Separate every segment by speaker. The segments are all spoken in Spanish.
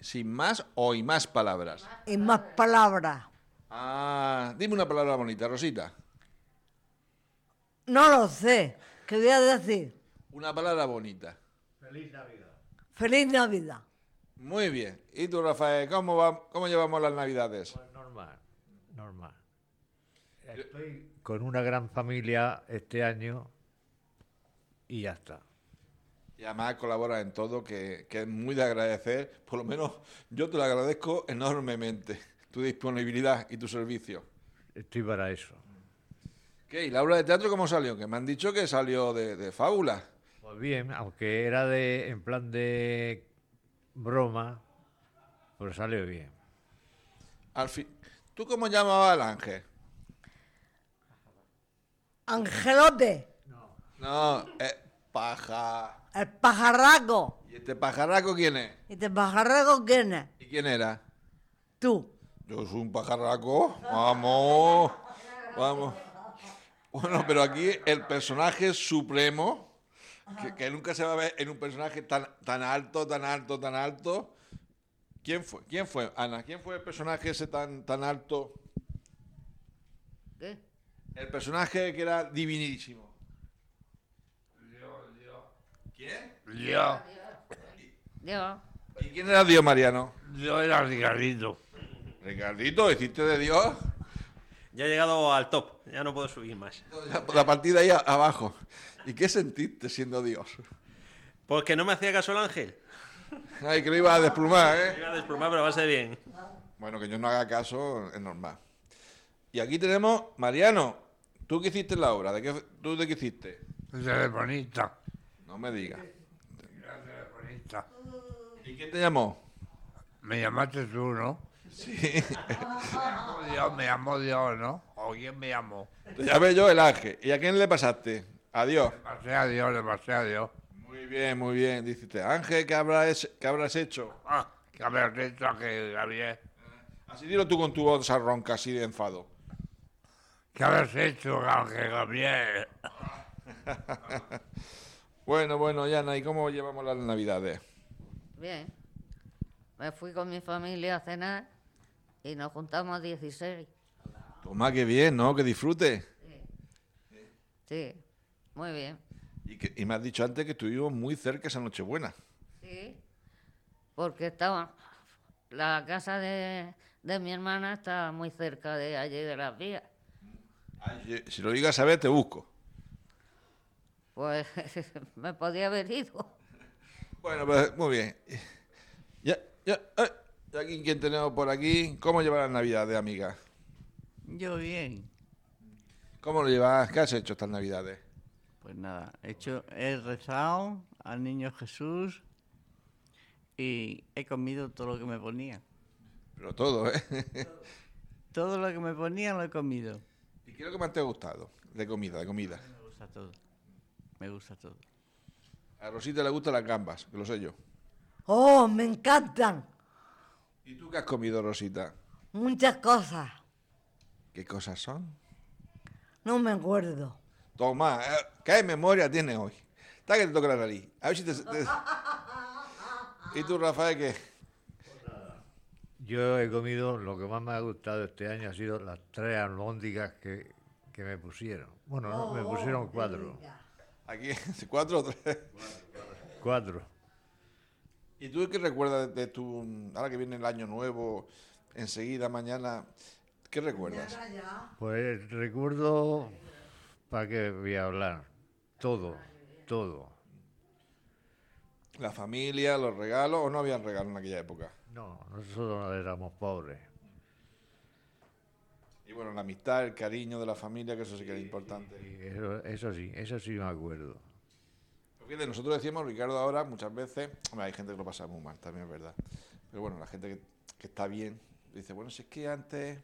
Speaker 1: Sin más o y más palabras.
Speaker 2: y más palabras.
Speaker 1: Ah, dime una palabra bonita, Rosita.
Speaker 2: No lo sé. ¿Qué voy a decir?
Speaker 1: Una palabra bonita.
Speaker 2: Feliz Navidad.
Speaker 1: Muy bien. ¿Y tú, Rafael, cómo, va- cómo llevamos las navidades?
Speaker 3: Pues normal, normal. Estoy con una gran familia este año y ya está.
Speaker 1: Y además colabora en todo, que, que es muy de agradecer. Por lo menos yo te lo agradezco enormemente, tu disponibilidad y tu servicio.
Speaker 3: Estoy para eso.
Speaker 1: ¿Qué? ¿Y la obra de teatro cómo salió? Que me han dicho que salió de, de fábula.
Speaker 3: Pues bien, aunque era de en plan de broma, pero salió bien.
Speaker 1: Al fin. ¿Tú cómo llamabas al ángel?
Speaker 2: Angelote,
Speaker 1: No, es paja.
Speaker 2: el pajarraco.
Speaker 1: ¿Y este pajarraco quién es?
Speaker 2: ¿Y este pajarraco quién es?
Speaker 1: ¿Y quién era?
Speaker 2: Tú.
Speaker 1: Yo soy un pajarraco. Vamos. Vamos. Bueno, pero aquí el personaje supremo, que, que nunca se va a ver en un personaje tan, tan alto, tan alto, tan alto. ¿Quién fue? ¿Quién fue, Ana? ¿Quién fue el personaje ese tan, tan alto?
Speaker 2: ¿Qué?
Speaker 1: El personaje que era divinísimo. ¿Quién?
Speaker 4: Yo,
Speaker 2: Yo.
Speaker 1: ¿Y quién era Dios Mariano?
Speaker 4: yo era Ricardito.
Speaker 1: Ricardito, ¿hiciste de Dios?
Speaker 5: Ya he llegado al top, ya no puedo subir más.
Speaker 1: La, la partida ahí a- abajo. ¿Y qué sentiste siendo Dios?
Speaker 5: Porque no me hacía caso el ángel.
Speaker 1: Ay, que lo iba a desplumar,
Speaker 5: Me
Speaker 1: ¿eh?
Speaker 5: iba a desplomar, pero va a ser bien.
Speaker 1: Bueno, que yo no haga caso es normal. Y aquí tenemos, Mariano, ¿tú qué hiciste en la obra? ¿De qué, ¿Tú de qué hiciste?
Speaker 4: Telefonista.
Speaker 1: No me digas.
Speaker 4: Telefonista.
Speaker 1: ¿Y quién te llamó?
Speaker 4: Me llamaste tú, ¿no?
Speaker 1: Sí.
Speaker 4: Oh, Dios, me llamó Dios, ¿no? ¿O quién me llamó?
Speaker 1: Te llamé yo el ángel. ¿Y a quién le pasaste? Adiós.
Speaker 4: Pasé a Dios, le pasé a Dios.
Speaker 1: Muy bien, muy bien. Dijiste, Ángel, ¿qué habrás, qué habrás hecho?
Speaker 4: Ah, que haber dicho que Gabriel.
Speaker 1: Así dilo tú con tu voz esa ronca, así de enfado.
Speaker 4: ¿Qué habrás hecho, Ángel Gabriel?
Speaker 1: Bueno, bueno, Yana, ¿y cómo llevamos las navidades?
Speaker 6: Bien. Me fui con mi familia a cenar y nos juntamos 16.
Speaker 1: Toma, qué bien, ¿no? Que disfrutes.
Speaker 6: Sí, muy bien.
Speaker 1: Y, que- y me has dicho antes que estuvimos muy cerca esa Nochebuena.
Speaker 6: Sí, porque estaba. La casa de, de mi hermana está muy cerca de allí de las vías.
Speaker 1: Ay, eh, si lo digas a ver, te busco.
Speaker 6: Pues me podía haber ido.
Speaker 1: Bueno, pues muy bien. Ya, ya, ay, y aquí quién tenemos por aquí. ¿Cómo llevas las navidades, amiga?
Speaker 7: Yo bien.
Speaker 1: ¿Cómo lo llevas? ¿Qué has hecho estas navidades?
Speaker 7: Pues nada, he, hecho, he rezado al niño Jesús y he comido todo lo que me ponía.
Speaker 1: Pero todo, ¿eh?
Speaker 7: Todo lo que me ponía lo he comido.
Speaker 1: ¿Y qué es lo que más te ha gustado? De comida, de comida.
Speaker 7: Me gusta todo. Me gusta todo.
Speaker 1: A Rosita le gustan las gambas, que lo sé yo.
Speaker 2: Oh, me encantan
Speaker 1: ¿Y tú qué has comido, Rosita?
Speaker 2: muchas cosas.
Speaker 1: ¿Qué cosas son?
Speaker 2: No me acuerdo.
Speaker 1: Toma, eh, ¿qué memoria tienes hoy? Está que te toca la nariz. A ver si te... te- ¿Y tú, Rafael, qué?
Speaker 3: Yo he comido, lo que más me ha gustado este año ha sido las tres almóndigas que, que me pusieron. Bueno, no, me pusieron cuatro.
Speaker 1: Aquí, cuatro o tres.
Speaker 3: Cuatro.
Speaker 1: ¿Y tú qué recuerdas de, de tu... Ahora que viene el año nuevo, enseguida, mañana, ¿qué recuerdas?
Speaker 3: Pues recuerdo, ¿para qué voy a hablar? Todo, todo.
Speaker 1: ¿La familia, los regalos o no había regalos en aquella época?
Speaker 3: No, nosotros éramos pobres.
Speaker 1: Y bueno, la amistad, el cariño de la familia, que eso sí que era importante.
Speaker 3: Y Eso, eso sí, eso sí me acuerdo.
Speaker 1: Porque de nosotros decíamos, Ricardo, ahora muchas veces, hombre, hay gente que lo pasa muy mal, también es verdad. Pero bueno, la gente que, que está bien, Dice, bueno, si es que antes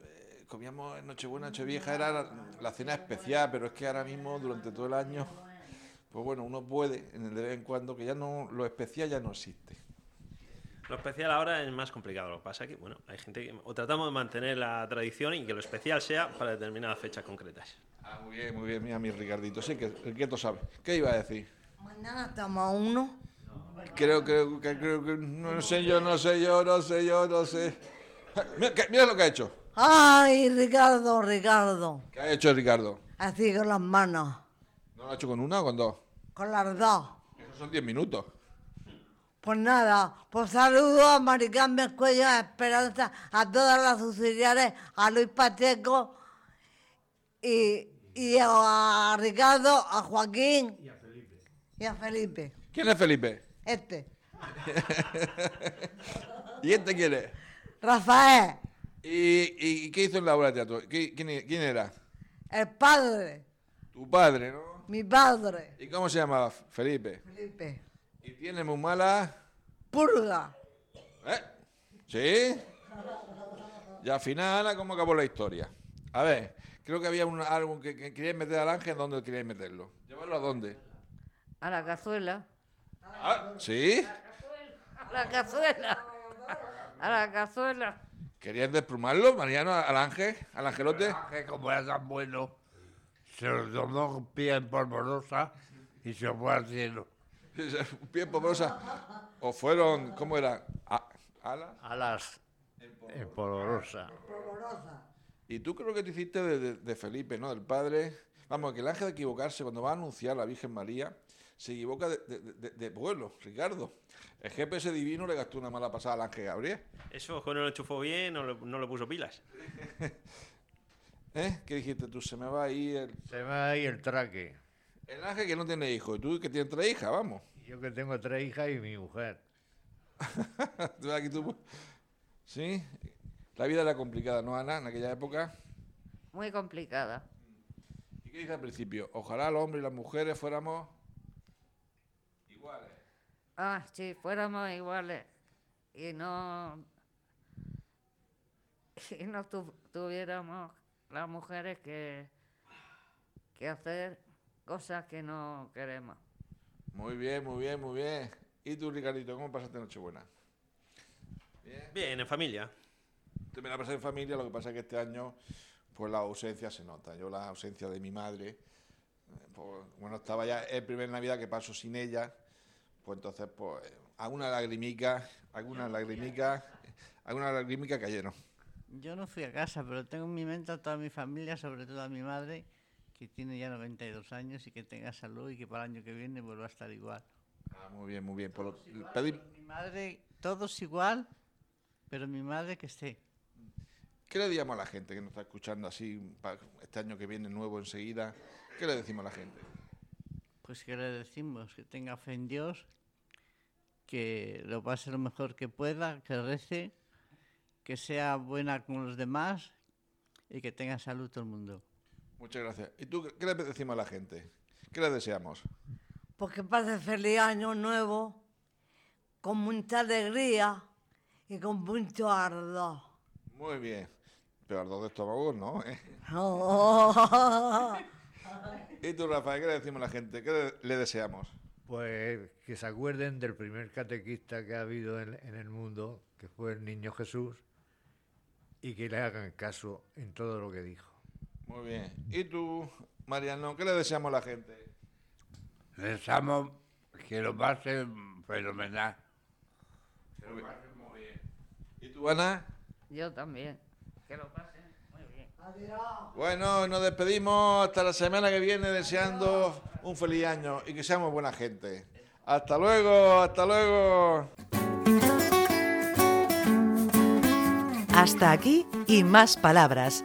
Speaker 1: eh, comíamos en Nochebuena, Nochevieja, era la, la cena especial, pero es que ahora mismo, durante todo el año, pues bueno, uno puede, en el de vez en cuando, que ya no, lo especial ya no existe.
Speaker 5: Lo especial ahora es más complicado. Lo que pasa es que, bueno, hay gente que. O tratamos de mantener la tradición y que lo especial sea para determinadas fechas concretas.
Speaker 1: Ah, muy bien, muy bien, mira mi Ricardito, sí que el quieto sabe. ¿Qué iba a decir?
Speaker 2: Mañana toma uno.
Speaker 1: Creo, creo, que, creo que, no sé yo, no sé yo, no sé yo, no sé. Mira, que- mira lo que ha hecho.
Speaker 2: Ay, Ricardo, Ricardo.
Speaker 1: ¿Qué ha hecho Ricardo?
Speaker 2: Así con las manos.
Speaker 1: ¿No lo ha hecho con una o con dos?
Speaker 2: Con las dos.
Speaker 1: Esos son 10 minutos.
Speaker 2: Pues nada, pues saludo a Maricambia Cuello, a Esperanza, a todas las auxiliares, a Luis Pacheco y, y a Ricardo, a Joaquín y a Felipe.
Speaker 1: ¿Quién es Felipe?
Speaker 2: Este,
Speaker 1: ¿Y este quién es?
Speaker 2: Rafael,
Speaker 1: ¿Y, y qué hizo en la obra de teatro? ¿Qui- ¿Quién, quién era?
Speaker 2: el padre,
Speaker 1: Tu padre, ¿no?
Speaker 2: mi padre,
Speaker 1: ¿Y cómo se llamaba? Felipe.
Speaker 2: Felipe,
Speaker 1: ¿Y tiene muy mala?
Speaker 2: Purga.
Speaker 1: ¿Eh? ¿Sí? Y al final, ¿a ¿cómo acabó la historia? A ver, creo que había un, algo que, que queríais meter al ángel, ¿dónde queríais meterlo? ¿Llevarlo a dónde?
Speaker 6: A la cazuela.
Speaker 1: Ah, ¿Sí?
Speaker 6: A la cazuela. A la cazuela.
Speaker 1: ¿Querían desplumarlo, Mariano, al ángel, al angelote?
Speaker 4: Que como era tan bueno, se lo tomó con pie en polvorosa y se fue al cielo.
Speaker 1: Bien pobrosa. ¿O fueron, cómo era? A- ¿Alas?
Speaker 3: Alas en polvorosa.
Speaker 1: Y tú creo que te hiciste de, de- de Felipe, ¿no? Del padre. Vamos, que el ángel de equivocarse cuando va a anunciar la Virgen María se equivoca de, de- de- de pueblo, Ricardo. El GPS divino le gastó una mala pasada al ángel Gabriel.
Speaker 5: Eso ojo, no lo enchufó bien, no le, no le puso pilas.
Speaker 1: ¿Eh? ¿Qué dijiste tú? Se me va ahí el,
Speaker 3: Se me va ahí el traque.
Speaker 1: el ángel que no tiene hijos. Y tú que tienes tres hijas, vamos.
Speaker 3: Yo que tengo tres hijas y mi mujer.
Speaker 1: Tú aquí tú- ¿Sí? La vida era complicada, ¿no, Ana? En aquella época.
Speaker 6: Muy complicada.
Speaker 1: ¿Y qué dije al principio? Ojalá los hombres y las mujeres fuéramos iguales.
Speaker 6: Ah, si fuéramos iguales y no. Y no tu- tuviéramos las mujeres que, que hacer cosas que no queremos.
Speaker 1: Muy bien, muy bien, muy bien. ¿Y tú, Ricardito, cómo pasaste Nochebuena?
Speaker 5: Bien, en familia.
Speaker 1: Te me la pasé en familia, lo que pasa es que este año, pues la ausencia se nota. Yo la ausencia de mi madre, eh, pues, bueno, estaba ya el primer Navidad que paso sin ella, pues entonces, pues, eh, alguna lagrimica, alguna lagrimica, alguna lagrimica cayeron.
Speaker 7: Yo no fui a casa, pero tengo en mi mente a toda mi familia, sobre todo a mi madre, que tiene ya 92 años y que tenga salud y que para el año que viene vuelva a estar igual.
Speaker 1: Ah, muy bien, muy bien. Por lo- pedí-
Speaker 7: Mi madre, todos igual, pero mi madre que esté.
Speaker 1: ¿Qué le digamos a la gente que nos está escuchando así pa- este año que viene nuevo enseguida? ¿Qué le decimos a la gente?
Speaker 7: Pues que le decimos que tenga fe en Dios, que lo pase lo mejor que pueda, que rece, que sea buena con los demás y que tenga salud todo el mundo.
Speaker 1: Muchas gracias. ¿Y tú qué le decimos a la gente? ¿Qué le deseamos?
Speaker 2: Porque pase feliz año nuevo, con mucha alegría y con mucho ardor.
Speaker 1: Muy bien. Pero ardor de estómago no, ¿eh?
Speaker 2: Oh.
Speaker 1: ¿Y tú, Rafael, qué le decimos a la gente? ¿Qué le- le deseamos?
Speaker 3: Pues que se acuerden del primer catequista que ha habido en, en el mundo, que fue el niño Jesús, y que le hagan caso en todo lo que dijo.
Speaker 1: Muy bien. ¿Y tú, Mariano, qué le deseamos a la gente?
Speaker 4: Deseamos que lo pase fenomenal.
Speaker 1: ¿Y tú, Ana?
Speaker 6: Yo también. Que lo pasen muy bien.
Speaker 1: Bueno, nos despedimos hasta la semana que viene deseando un feliz año y que seamos buena gente. Hasta luego, hasta luego.
Speaker 8: Hasta aquí Y Más Palabras,